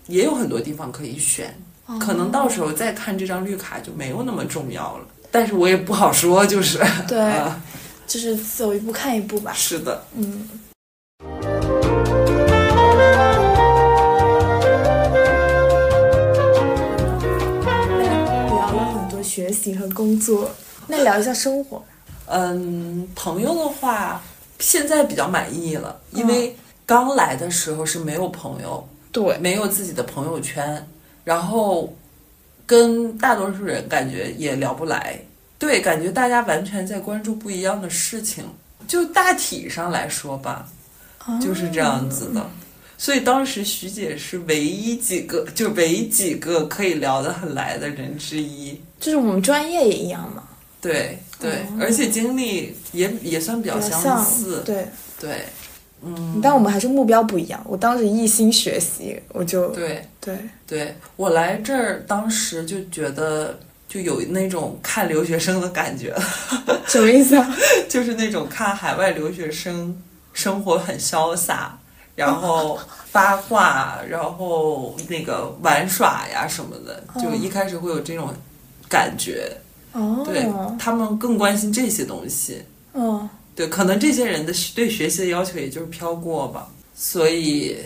[SPEAKER 2] 也有很多地方可以选。
[SPEAKER 1] 哦
[SPEAKER 2] 可能到时候再看这张绿卡就没有那么重要了，但是我也不好说，就是
[SPEAKER 1] 对，
[SPEAKER 2] 啊，
[SPEAKER 1] 就是走一步看一步吧。
[SPEAKER 2] 是的，
[SPEAKER 1] 嗯，那聊了很多学习和工作，那聊一下生活吧。
[SPEAKER 2] 嗯，朋友的话，现在比较满意了，因为刚来的时候是没有朋友，
[SPEAKER 1] 对，
[SPEAKER 2] 没有自己的朋友圈，然后跟大多数人感觉也聊不来。对，感觉大家完全在关注不一样的事情。就大体上来说吧，就是这样子
[SPEAKER 1] 哦
[SPEAKER 2] 的。所以当时徐姐是唯一几个，就唯一几个可以聊得很来的人之一。
[SPEAKER 1] 就是我们专业也一样嘛，
[SPEAKER 2] 对对，而且经历也也算比较
[SPEAKER 1] 哦比较
[SPEAKER 2] 相
[SPEAKER 1] 像
[SPEAKER 2] 似。
[SPEAKER 1] 对。
[SPEAKER 2] 对嗯
[SPEAKER 1] 但我们还是目标不一样。我当时一心学习，我就
[SPEAKER 2] 对
[SPEAKER 1] 对
[SPEAKER 2] 对，我来这儿当时就觉得就有那种看留学生的感觉 了，
[SPEAKER 1] 什么意思啊？
[SPEAKER 2] 就是那种看海外留学生生活很潇洒，然后 八卦，然后那个玩耍呀什么的，就一开始会有这种感觉。
[SPEAKER 1] 嗯哦，
[SPEAKER 2] 对他们更关心这些东西。
[SPEAKER 1] 嗯，
[SPEAKER 2] 对，可能这些人的对学习的要求也就是飘过吧，所以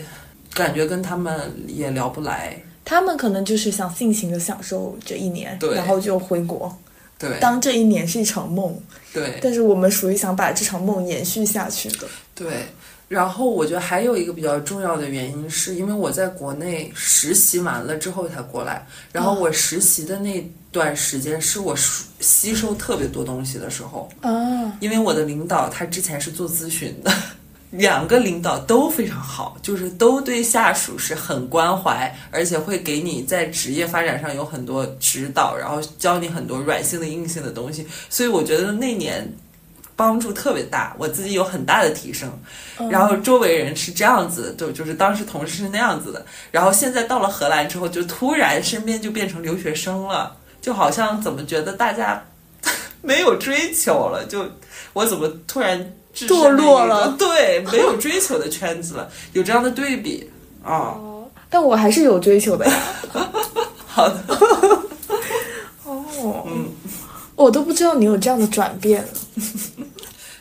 [SPEAKER 2] 感觉跟他们也聊不来。
[SPEAKER 1] 他们可能就是想尽情的享受这一年，
[SPEAKER 2] 对
[SPEAKER 1] 然后就回国，
[SPEAKER 2] 对，
[SPEAKER 1] 当这一年是一场梦。
[SPEAKER 2] 对，
[SPEAKER 1] 但是我们属于想把这场梦延续下去的。
[SPEAKER 2] 对，然后我觉得还有一个比较重要的原因，是因为我在国内实习完了之后才过来，然后我实习的那段时间是我吸吸收特别多东西的时候，
[SPEAKER 1] 啊，
[SPEAKER 2] 因为我的领导他之前是做咨询的，两个领导都非常好，就是都对下属是很关怀，而且会给你在职业发展上有很多指导，然后教你很多软性的、硬性的东西。所以我觉得那年帮助特别大，我自己有很大的提升。
[SPEAKER 1] 嗯
[SPEAKER 2] 然后周围人是这样子的，就就是当时同事是那样子的，然后现在到了荷兰之后，就突然身边就变成留学生了，就好像怎么觉得大家 没有追求了，就我怎么突然置身
[SPEAKER 1] 堕落
[SPEAKER 2] 于一个
[SPEAKER 1] 了
[SPEAKER 2] 对，没有追求的圈子了，有这样的对比啊、
[SPEAKER 1] 哦，但我还是有追求的呀。
[SPEAKER 2] 好的，
[SPEAKER 1] 哦，
[SPEAKER 2] 嗯。
[SPEAKER 1] 我都不知道你有这样的转变。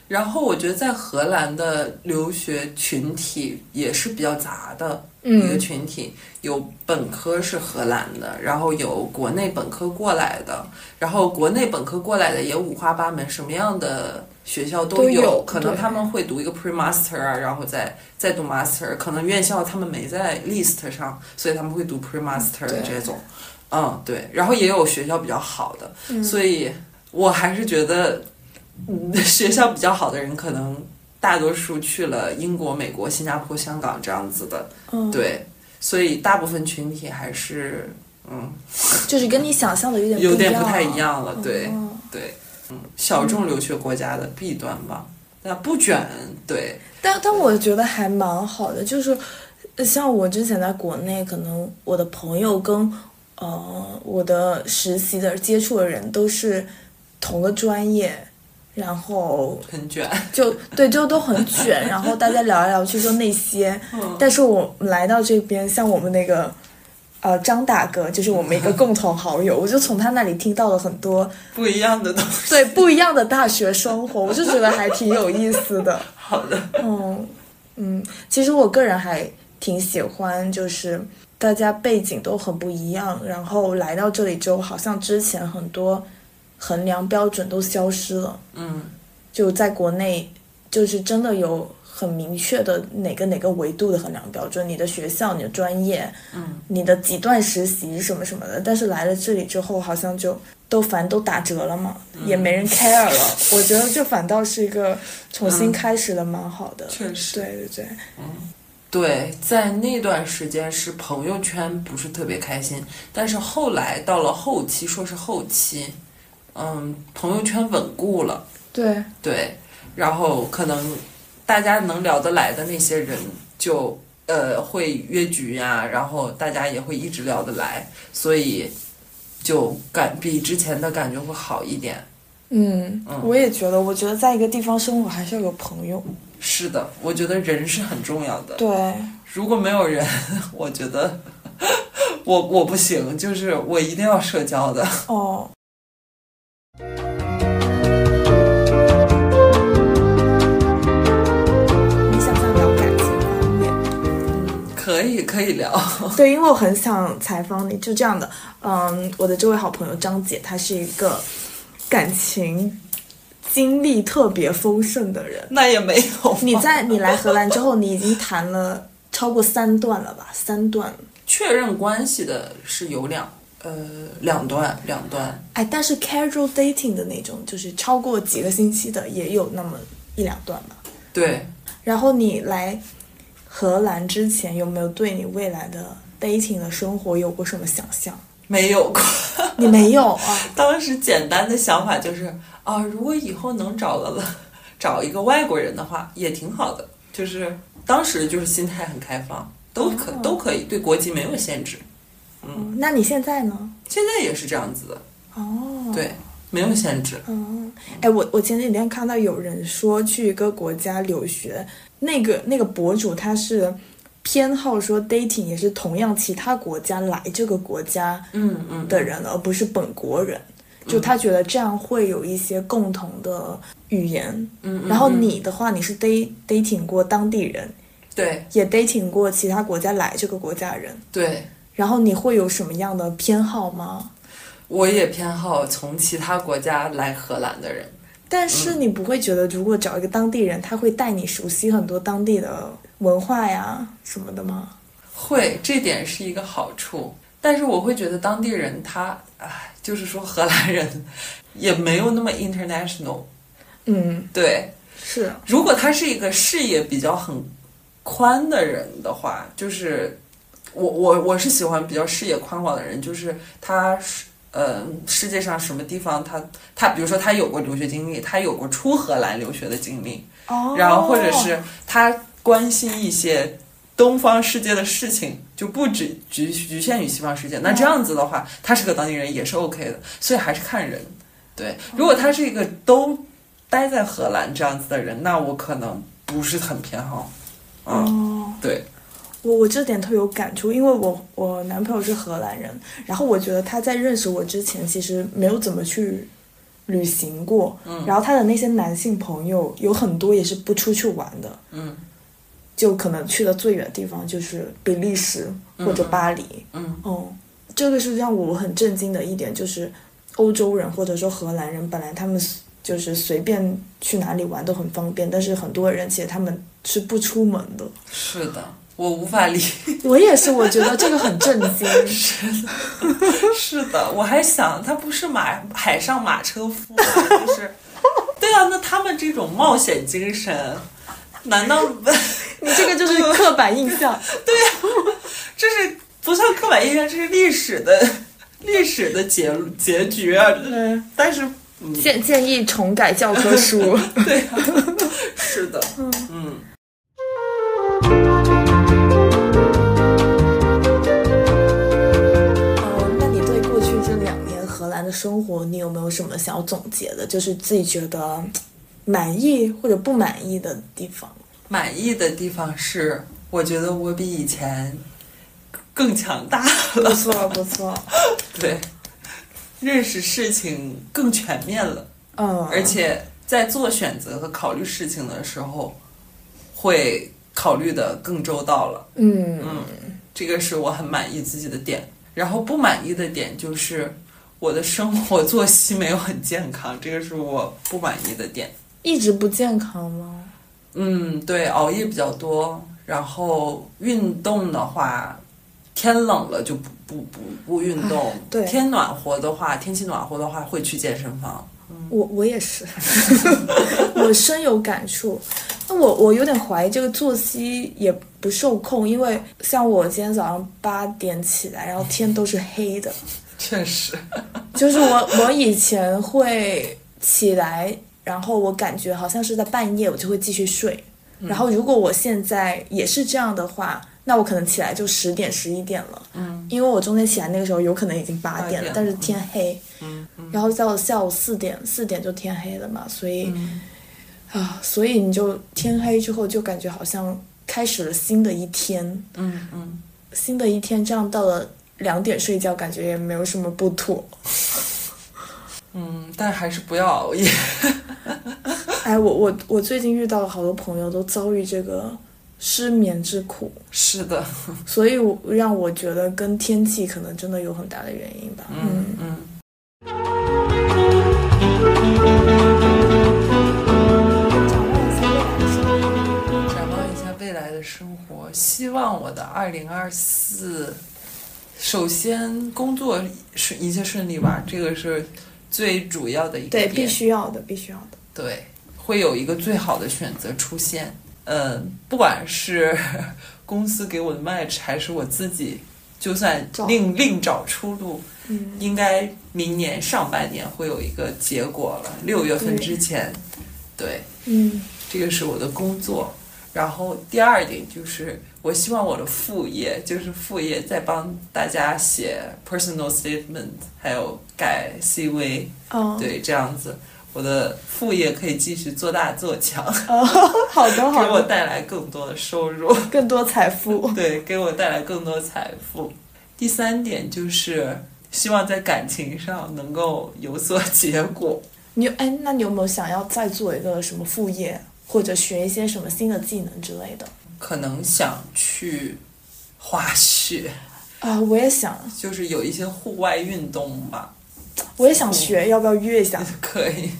[SPEAKER 2] 然后我觉得在荷兰的留学群体也是比较杂的一个
[SPEAKER 1] 嗯
[SPEAKER 2] 群体，有本科是荷兰的，然后有国内本科过来的，然后国内本科过来的也五花八门，什么样的学校都
[SPEAKER 1] 都有
[SPEAKER 2] 可能
[SPEAKER 1] 对
[SPEAKER 2] 他们会读一个 pre master 啊，然后再再读 master，可能院校他们没在 list 上，所以他们会读 pre master
[SPEAKER 1] 对
[SPEAKER 2] 这种。嗯，对，然后也有学校比较好的，
[SPEAKER 1] 嗯
[SPEAKER 2] 所以我还是觉得，嗯， 学校比较好的人可能大多数去了英国、美国、新加坡、香港这样子的，
[SPEAKER 1] 嗯，，
[SPEAKER 2] 对，所以大部分群体还是嗯
[SPEAKER 1] 就是跟你想象的有点
[SPEAKER 2] 有点
[SPEAKER 1] 不
[SPEAKER 2] 不太一
[SPEAKER 1] 一样。
[SPEAKER 2] 样了，对
[SPEAKER 1] 嗯
[SPEAKER 2] 对，嗯，小众留学国家的弊端吧，那不卷，对，
[SPEAKER 1] 但但我觉得还蛮好的，就是呃像我之前在国内，可能我的朋友跟呃我的实习的接触的人都是同个专业，然后
[SPEAKER 2] 很卷，
[SPEAKER 1] 就对，就都很卷，然后大家聊来聊去就那些。但是我来到这边，像我们那个呃张大哥，就是我们一个共同好友，我就从他那里听到了很多
[SPEAKER 2] 不一样的东 西，
[SPEAKER 1] 对不一样的大学生活，我就觉得还挺有意思的。
[SPEAKER 2] 好的，
[SPEAKER 1] 嗯嗯，其实我个人还挺喜欢，就是大家背景都很不一样，然后来到这里之后，好像之前很多衡量标准都消失了。
[SPEAKER 2] 嗯
[SPEAKER 1] 就在国内，就是真的有很明确的哪个哪个维度的衡量标准，你的学校、你的专业、
[SPEAKER 2] 嗯，
[SPEAKER 1] 你的几段实习什么什么的。但是来了这里之后，好像就都反正都打折了嘛，也没 人 care 了。我觉得这反倒是一个重新开始的蛮好的。
[SPEAKER 2] 确实。
[SPEAKER 1] 对对对，
[SPEAKER 2] 对，在那段时间是朋友圈不是特别开心，但是后来到了后期，说是后期，嗯，朋友圈稳固了，
[SPEAKER 1] 对
[SPEAKER 2] 对，然后可能大家能聊得来的那些人就呃会约局呀、然后大家也会一直聊得来，所以就感比之前的感觉会好一点。
[SPEAKER 1] 嗯
[SPEAKER 2] 嗯，
[SPEAKER 1] 我也觉得，我觉得在一个地方生活还是要有朋友。
[SPEAKER 2] 是的，我觉得人是很重要的。
[SPEAKER 1] 对，
[SPEAKER 2] 如果没有人， 我觉得我我不行，就是我一定要社交的。
[SPEAKER 1] 哦。你想不想聊感情啊方面？
[SPEAKER 2] 可以可以聊，
[SPEAKER 1] 对，因为我很想采访你，就这样的。嗯，我的这位好朋友张姐，她是一个感情经历特别丰盛的人。
[SPEAKER 2] 那也没有。
[SPEAKER 1] 你在你来荷兰之后，你已经谈了超过三段了吧？三段。
[SPEAKER 2] 确认关系的是有两呃两段两段，
[SPEAKER 1] 哎，但是 casual dating 的那种，就是超过几个星期的，也有那么一两段吧。
[SPEAKER 2] 对，
[SPEAKER 1] 然后你来荷兰之前，有没有对你未来的 dating 的生活有过什么想象？
[SPEAKER 2] 没有过。
[SPEAKER 1] 你没有啊？
[SPEAKER 2] 当时简单的想法就是啊，如果以后能找个了 找一个外国人的话，也挺好的。就是当时就是心态很开放，都可、
[SPEAKER 1] 哦
[SPEAKER 2] 都可以，对国籍没有限制。
[SPEAKER 1] 嗯那你现在呢？
[SPEAKER 2] 现在也是这样子的，
[SPEAKER 1] 哦，，
[SPEAKER 2] 对，没有限制。
[SPEAKER 1] 嗯，哎，我我前几天看到有人说去一个国家留学，那个那个博主他是偏好说 dating 也是同样其他国家来这个国家
[SPEAKER 2] 嗯嗯，
[SPEAKER 1] 的人，而不是本国人。就他觉得这样会有一些共同的语言，
[SPEAKER 2] 嗯嗯
[SPEAKER 1] 然后你的话，你是 date dating 过当地人，
[SPEAKER 2] 对
[SPEAKER 1] 也 dating 过其他国家来这个国家的人，
[SPEAKER 2] 对，
[SPEAKER 1] 然后你会有什么样的偏好吗？
[SPEAKER 2] 我也偏好从其他国家来荷兰的人。
[SPEAKER 1] 但是
[SPEAKER 2] 嗯
[SPEAKER 1] 你不会觉得，如果找一个当地人，他会带你熟悉很多当地的文化呀什么的吗？
[SPEAKER 2] 会，这点是一个好处。但是我会觉得当地人他，哎， 就是说荷兰人也没有那么 international，
[SPEAKER 1] 嗯，
[SPEAKER 2] 对，
[SPEAKER 1] 是
[SPEAKER 2] 如果他是一个视野比较很宽的人的话，就是我我我是喜欢比较视野宽广的人，就是他是呃世界上什么地方他他比如说他有过留学经历，他有过出荷兰留学的经历，
[SPEAKER 1] 哦
[SPEAKER 2] 然后或者是他关心一些东方世界的事情，就不只局局限于西方世界。那这样子的话，他是个当地人也是 OK 的，所以还是看人。对，如果他是一个都待在荷兰这样子的人，那我可能不是很偏好。嗯，
[SPEAKER 1] 哦，
[SPEAKER 2] 对，
[SPEAKER 1] 我我这点特别有感触，因为我我男朋友是荷兰人，然后我觉得他在认识我之前，其实没有怎么去旅行过，
[SPEAKER 2] 嗯
[SPEAKER 1] 然后他的那些男性朋友有很多也是不出去玩的，
[SPEAKER 2] 嗯
[SPEAKER 1] 就可能去的最远的地方就是比利时或者巴黎，
[SPEAKER 2] 嗯
[SPEAKER 1] 哦，这个是让我很震惊的一点，就是欧洲人或者说荷兰人，本来他们就是随便去哪里玩都很方便，但是很多人其实他们是不出门的。
[SPEAKER 2] 是的，我无法 理
[SPEAKER 1] 我也是，我觉得这个很震惊。
[SPEAKER 2] 是的，我还想他不是马海上马车夫吗，就是， 对啊，那他们这种冒险精神，难 道
[SPEAKER 1] 你这个就是刻板印象，
[SPEAKER 2] 这是不算刻板印象？这是历史的 历史的结结局啊！
[SPEAKER 1] 嗯，
[SPEAKER 2] 但是，嗯，
[SPEAKER 1] 建建议重改教科书。
[SPEAKER 2] 对啊，是的，嗯。
[SPEAKER 1] 嗯，那你对过去这两年荷兰的生活，你有没有什么想要总结的？就是自己觉得嗯满意或者不满意的地方？
[SPEAKER 2] 满意的地方是，我觉得我比以前更强大
[SPEAKER 1] 不
[SPEAKER 2] 了，
[SPEAKER 1] 错，不错。
[SPEAKER 2] 对，认识事情更全面了。
[SPEAKER 1] 嗯，
[SPEAKER 2] 而且在做选择和考虑事情的时候，会考虑的更周到了。
[SPEAKER 1] 嗯。
[SPEAKER 2] 这个是我很满意自己的点。然后不满意的点就是我的生活作息没有很健康，这个是我不满意的点。
[SPEAKER 1] 一直不健康吗？
[SPEAKER 2] 嗯，对，熬夜比较多，然后运动的话，天冷了就不不不不运动，
[SPEAKER 1] 对
[SPEAKER 2] 天暖和的话，天气暖和的话会去健身房。
[SPEAKER 1] 我我也是， 我深有感触。那我我有点怀疑这个作息也不受控，因为像我今天早上八点起来，然后天都是黑的。
[SPEAKER 2] 确 实，
[SPEAKER 1] 就是我我以前会起来，然后我感觉好像是在半夜，我就会继续睡。
[SPEAKER 2] 嗯
[SPEAKER 1] 然后如果我现在也是这样的话，那我可能起来就十点十一点了。
[SPEAKER 2] 嗯，
[SPEAKER 1] 因为我中间起来那个时候有可能已经八点了，
[SPEAKER 2] 8点了
[SPEAKER 1] 但是天黑，
[SPEAKER 2] 嗯
[SPEAKER 1] 然后到下午四点，四点就天黑了嘛，所以、
[SPEAKER 2] 嗯
[SPEAKER 1] 啊，所以你就天黑之后就感觉好像开始了新的一天，
[SPEAKER 2] 嗯嗯，
[SPEAKER 1] 新的一天这样到了两点睡觉，感觉也没有什么不妥。
[SPEAKER 2] 嗯，但还是不要熬夜。
[SPEAKER 1] 哎，我我我最近遇到了好多朋友都遭遇这个失眠之苦，
[SPEAKER 2] 是的，
[SPEAKER 1] 所以我让我觉得跟天气可能真的有很大的原因吧。
[SPEAKER 2] 嗯嗯。
[SPEAKER 1] 展望一下未来的生活
[SPEAKER 2] 展望一下未来的生活，希望我的二零二四，首先工作顺一切顺利吧，这个是最主要的一个
[SPEAKER 1] 对，
[SPEAKER 2] 点。
[SPEAKER 1] 必须要的，必须要的。
[SPEAKER 2] 对，会有一个最好的选择出现。嗯，不管是 公司给我的 match，还是我自己，就算
[SPEAKER 1] 找
[SPEAKER 2] 另另找出路，
[SPEAKER 1] 嗯，
[SPEAKER 2] 应该明年上半年会有一个结果了，六月份之前，对
[SPEAKER 1] 嗯，
[SPEAKER 2] 这个是我的工作。然后第二点就是，我希望我的副业，就是副业在帮大家写 personal statement，还有改 CV，
[SPEAKER 1] 哦，
[SPEAKER 2] 对，这样子我的副业可以继续做大做强，
[SPEAKER 1] 哦，好的，哦
[SPEAKER 2] 给
[SPEAKER 1] 好
[SPEAKER 2] 我
[SPEAKER 1] 的，
[SPEAKER 2] 带来更多的收入，
[SPEAKER 1] 更多财富。
[SPEAKER 2] 对，给我带来更多财富。第三点就是，希望在感情上能够有所结果。
[SPEAKER 1] 你有哎，那你有没有想要再做一个什么副业，或者学一些什么新的技能之类的？
[SPEAKER 2] 可能想去滑雪，
[SPEAKER 1] 啊，我也想，
[SPEAKER 2] 就是有一些户外运动吧，
[SPEAKER 1] 我也想学，要不要约一下？
[SPEAKER 2] 可以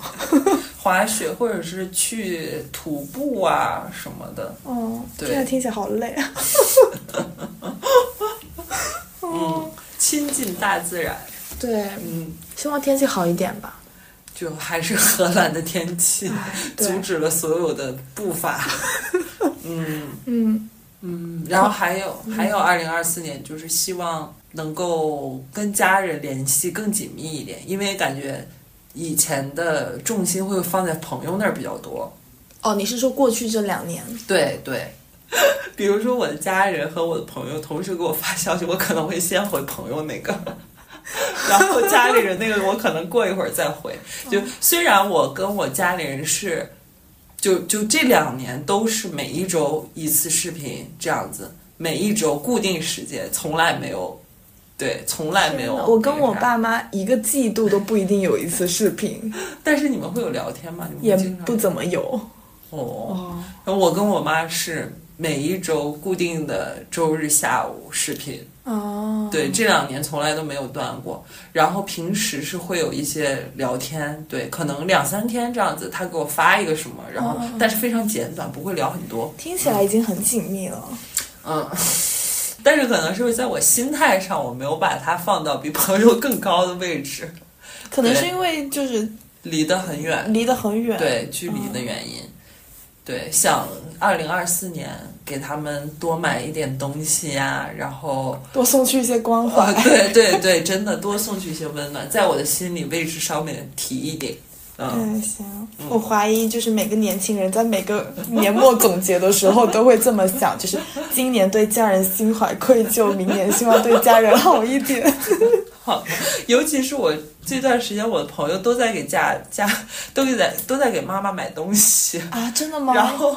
[SPEAKER 2] 滑雪，或者是去徒步啊什么的。
[SPEAKER 1] 哦，
[SPEAKER 2] 对
[SPEAKER 1] 这个听起来好累 啊。
[SPEAKER 2] 嗯，亲近大自然。
[SPEAKER 1] 对，
[SPEAKER 2] 嗯，
[SPEAKER 1] 希望天气好一点吧。
[SPEAKER 2] 就还是荷兰的天 气
[SPEAKER 1] 对
[SPEAKER 2] 阻止了所有的步 伐。嗯
[SPEAKER 1] 嗯，
[SPEAKER 2] 嗯，然后还有还有，二零二四年就是希望能够跟家人联系更紧密一点，因为感觉以前的重心会放在朋友那儿比较多。
[SPEAKER 1] 哦，你是说过去这两年？
[SPEAKER 2] 对对， 比如说我的家人和我的朋友同时给我发消息，我可能会先回朋友那个， 然后家里人那个我可能过一会儿 再回。就
[SPEAKER 1] 嗯
[SPEAKER 2] 虽然我跟我家里人是，就就这两年都是每一周一次视频这样子，每一周固定时间，从来没有。对，从来没有。
[SPEAKER 1] 我跟我，爸妈一个季度都不一定有一次视 频，
[SPEAKER 2] 但是你们会有聊天吗？你
[SPEAKER 1] 也
[SPEAKER 2] 们经常
[SPEAKER 1] 不怎么有。
[SPEAKER 2] 哦
[SPEAKER 1] 哦，
[SPEAKER 2] 然后我跟我妈是每一周固定的周日下午视频，
[SPEAKER 1] 哦，
[SPEAKER 2] 对，这两年从来都没有断过。然后平时是会有一些聊天，对，可能两三天这样子，她给我发一个什么，然后
[SPEAKER 1] 嗯嗯
[SPEAKER 2] 但是非常简短，不会聊很多，
[SPEAKER 1] 听起来已经很紧密了。
[SPEAKER 2] 嗯。 但是可能是在我心态上，我没有把它放到比朋友更高的位置，
[SPEAKER 1] 可能是
[SPEAKER 2] 对
[SPEAKER 1] 因为就是
[SPEAKER 2] 离得很远。
[SPEAKER 1] 离得很远，，
[SPEAKER 2] 对距离的原因。对，想二零二四年给他们多买一点东西呀、然后
[SPEAKER 1] 多送去一些关怀。
[SPEAKER 2] 啊，对对对，真的多送去一些温暖，在我的心理位置上面提一点。 嗯，
[SPEAKER 1] 嗯，行。我怀疑就是每个年轻人在每个年末总结的时候都会这么想，就是今年对家人心怀愧疚，明年希望对家人好一点。
[SPEAKER 2] 好，尤其是我这段时间，我的朋友都在给家家都在都在给妈妈买东西，
[SPEAKER 1] 啊，真的吗？
[SPEAKER 2] 然后。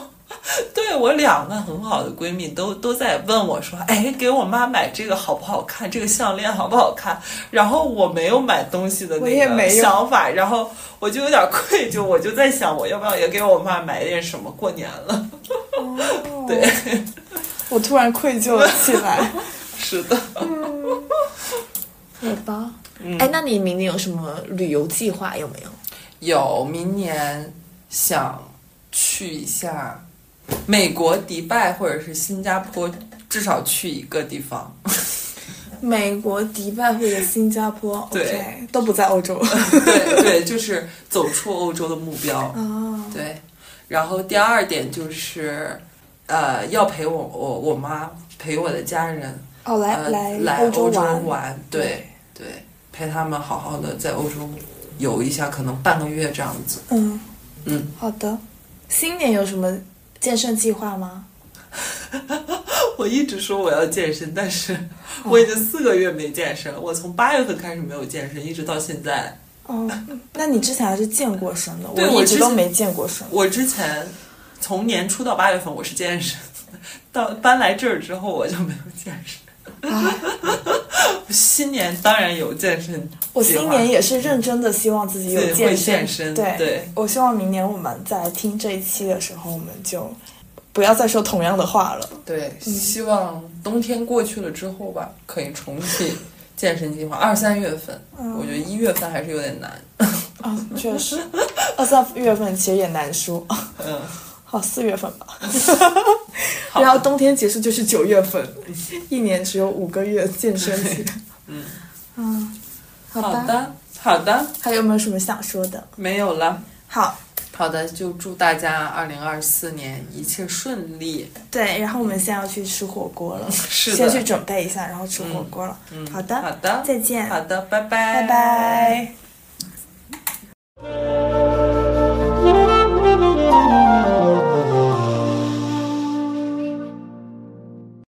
[SPEAKER 2] 对我两个很好的闺蜜都都在问我说，哎，给我妈买这个好不好看？这个项链好不好看？然后我没有买东西的
[SPEAKER 1] 我也
[SPEAKER 2] 那个
[SPEAKER 1] 没有
[SPEAKER 2] 想法，然后我就有点愧疚，我就在想，我要不要也给我妈买点什么？过年了， 对，
[SPEAKER 1] 哦 我突然愧疚了起 来。
[SPEAKER 2] 是的，
[SPEAKER 1] 好吧。哎，那你明年有什么旅游计划有没有？
[SPEAKER 2] 有明年想去一下美国迪拜或者是新加坡，至少去一个地方。
[SPEAKER 1] 美国、迪拜或者新加坡
[SPEAKER 2] 对
[SPEAKER 1] ，OK，都不在欧 洲。
[SPEAKER 2] 对对，就是走出欧洲的目标。
[SPEAKER 1] 啊，
[SPEAKER 2] 对，然后第二点就是，呃，要陪我我我妈陪我的家人
[SPEAKER 1] 哦，来
[SPEAKER 2] 呃来
[SPEAKER 1] 欧
[SPEAKER 2] 洲
[SPEAKER 1] 玩，
[SPEAKER 2] 玩，对对，陪他们好好的在欧洲游一下，可能半个月这样子。
[SPEAKER 1] 嗯
[SPEAKER 2] 嗯，
[SPEAKER 1] 好的。新年有什么健身计划吗？
[SPEAKER 2] 我一直说我要健身，但是 我已经四个月没健身了。我从八月份开始没有健身，一直到现在。
[SPEAKER 1] 哦，那你之前还是健过身的，
[SPEAKER 2] 对
[SPEAKER 1] 我
[SPEAKER 2] 我
[SPEAKER 1] 一直
[SPEAKER 2] 之
[SPEAKER 1] 都
[SPEAKER 2] 前
[SPEAKER 1] 没健过身。
[SPEAKER 2] 我之前从年初到八月份我是健身，到搬来这儿之后我就没有健身。
[SPEAKER 1] 啊，
[SPEAKER 2] 新年当然有健身，
[SPEAKER 1] 我新年也是认真的，希望自己有
[SPEAKER 2] 对
[SPEAKER 1] 健
[SPEAKER 2] 会
[SPEAKER 1] 身。
[SPEAKER 2] 健身
[SPEAKER 1] 对，
[SPEAKER 2] 对
[SPEAKER 1] 我希望明年我们在听这一期的时候，我们就不要再说同样的话了。
[SPEAKER 2] 对，希望冬天过去了之后吧，可以重启健身计划。二三月份，我觉得一月份还是有点难。
[SPEAKER 1] 啊，确 实，二三月份其实也难说。
[SPEAKER 2] 嗯，
[SPEAKER 1] 好，四月份 吧。然后冬天结束就是九月份，一年只有五个月健身期。 嗯嗯，好吧。
[SPEAKER 2] 好的，好的，
[SPEAKER 1] 还有没有什么想说的？
[SPEAKER 2] 没有了。
[SPEAKER 1] 好，
[SPEAKER 2] 好的，就祝大家二零二四年一切顺利。
[SPEAKER 1] 对，然后我们现在要去吃火锅了，
[SPEAKER 2] 是
[SPEAKER 1] 先去
[SPEAKER 2] 的，嗯
[SPEAKER 1] 准备一下，然后吃火锅了。好的，
[SPEAKER 2] 好的，
[SPEAKER 1] 再见，
[SPEAKER 2] 好的，拜拜，
[SPEAKER 1] 拜拜。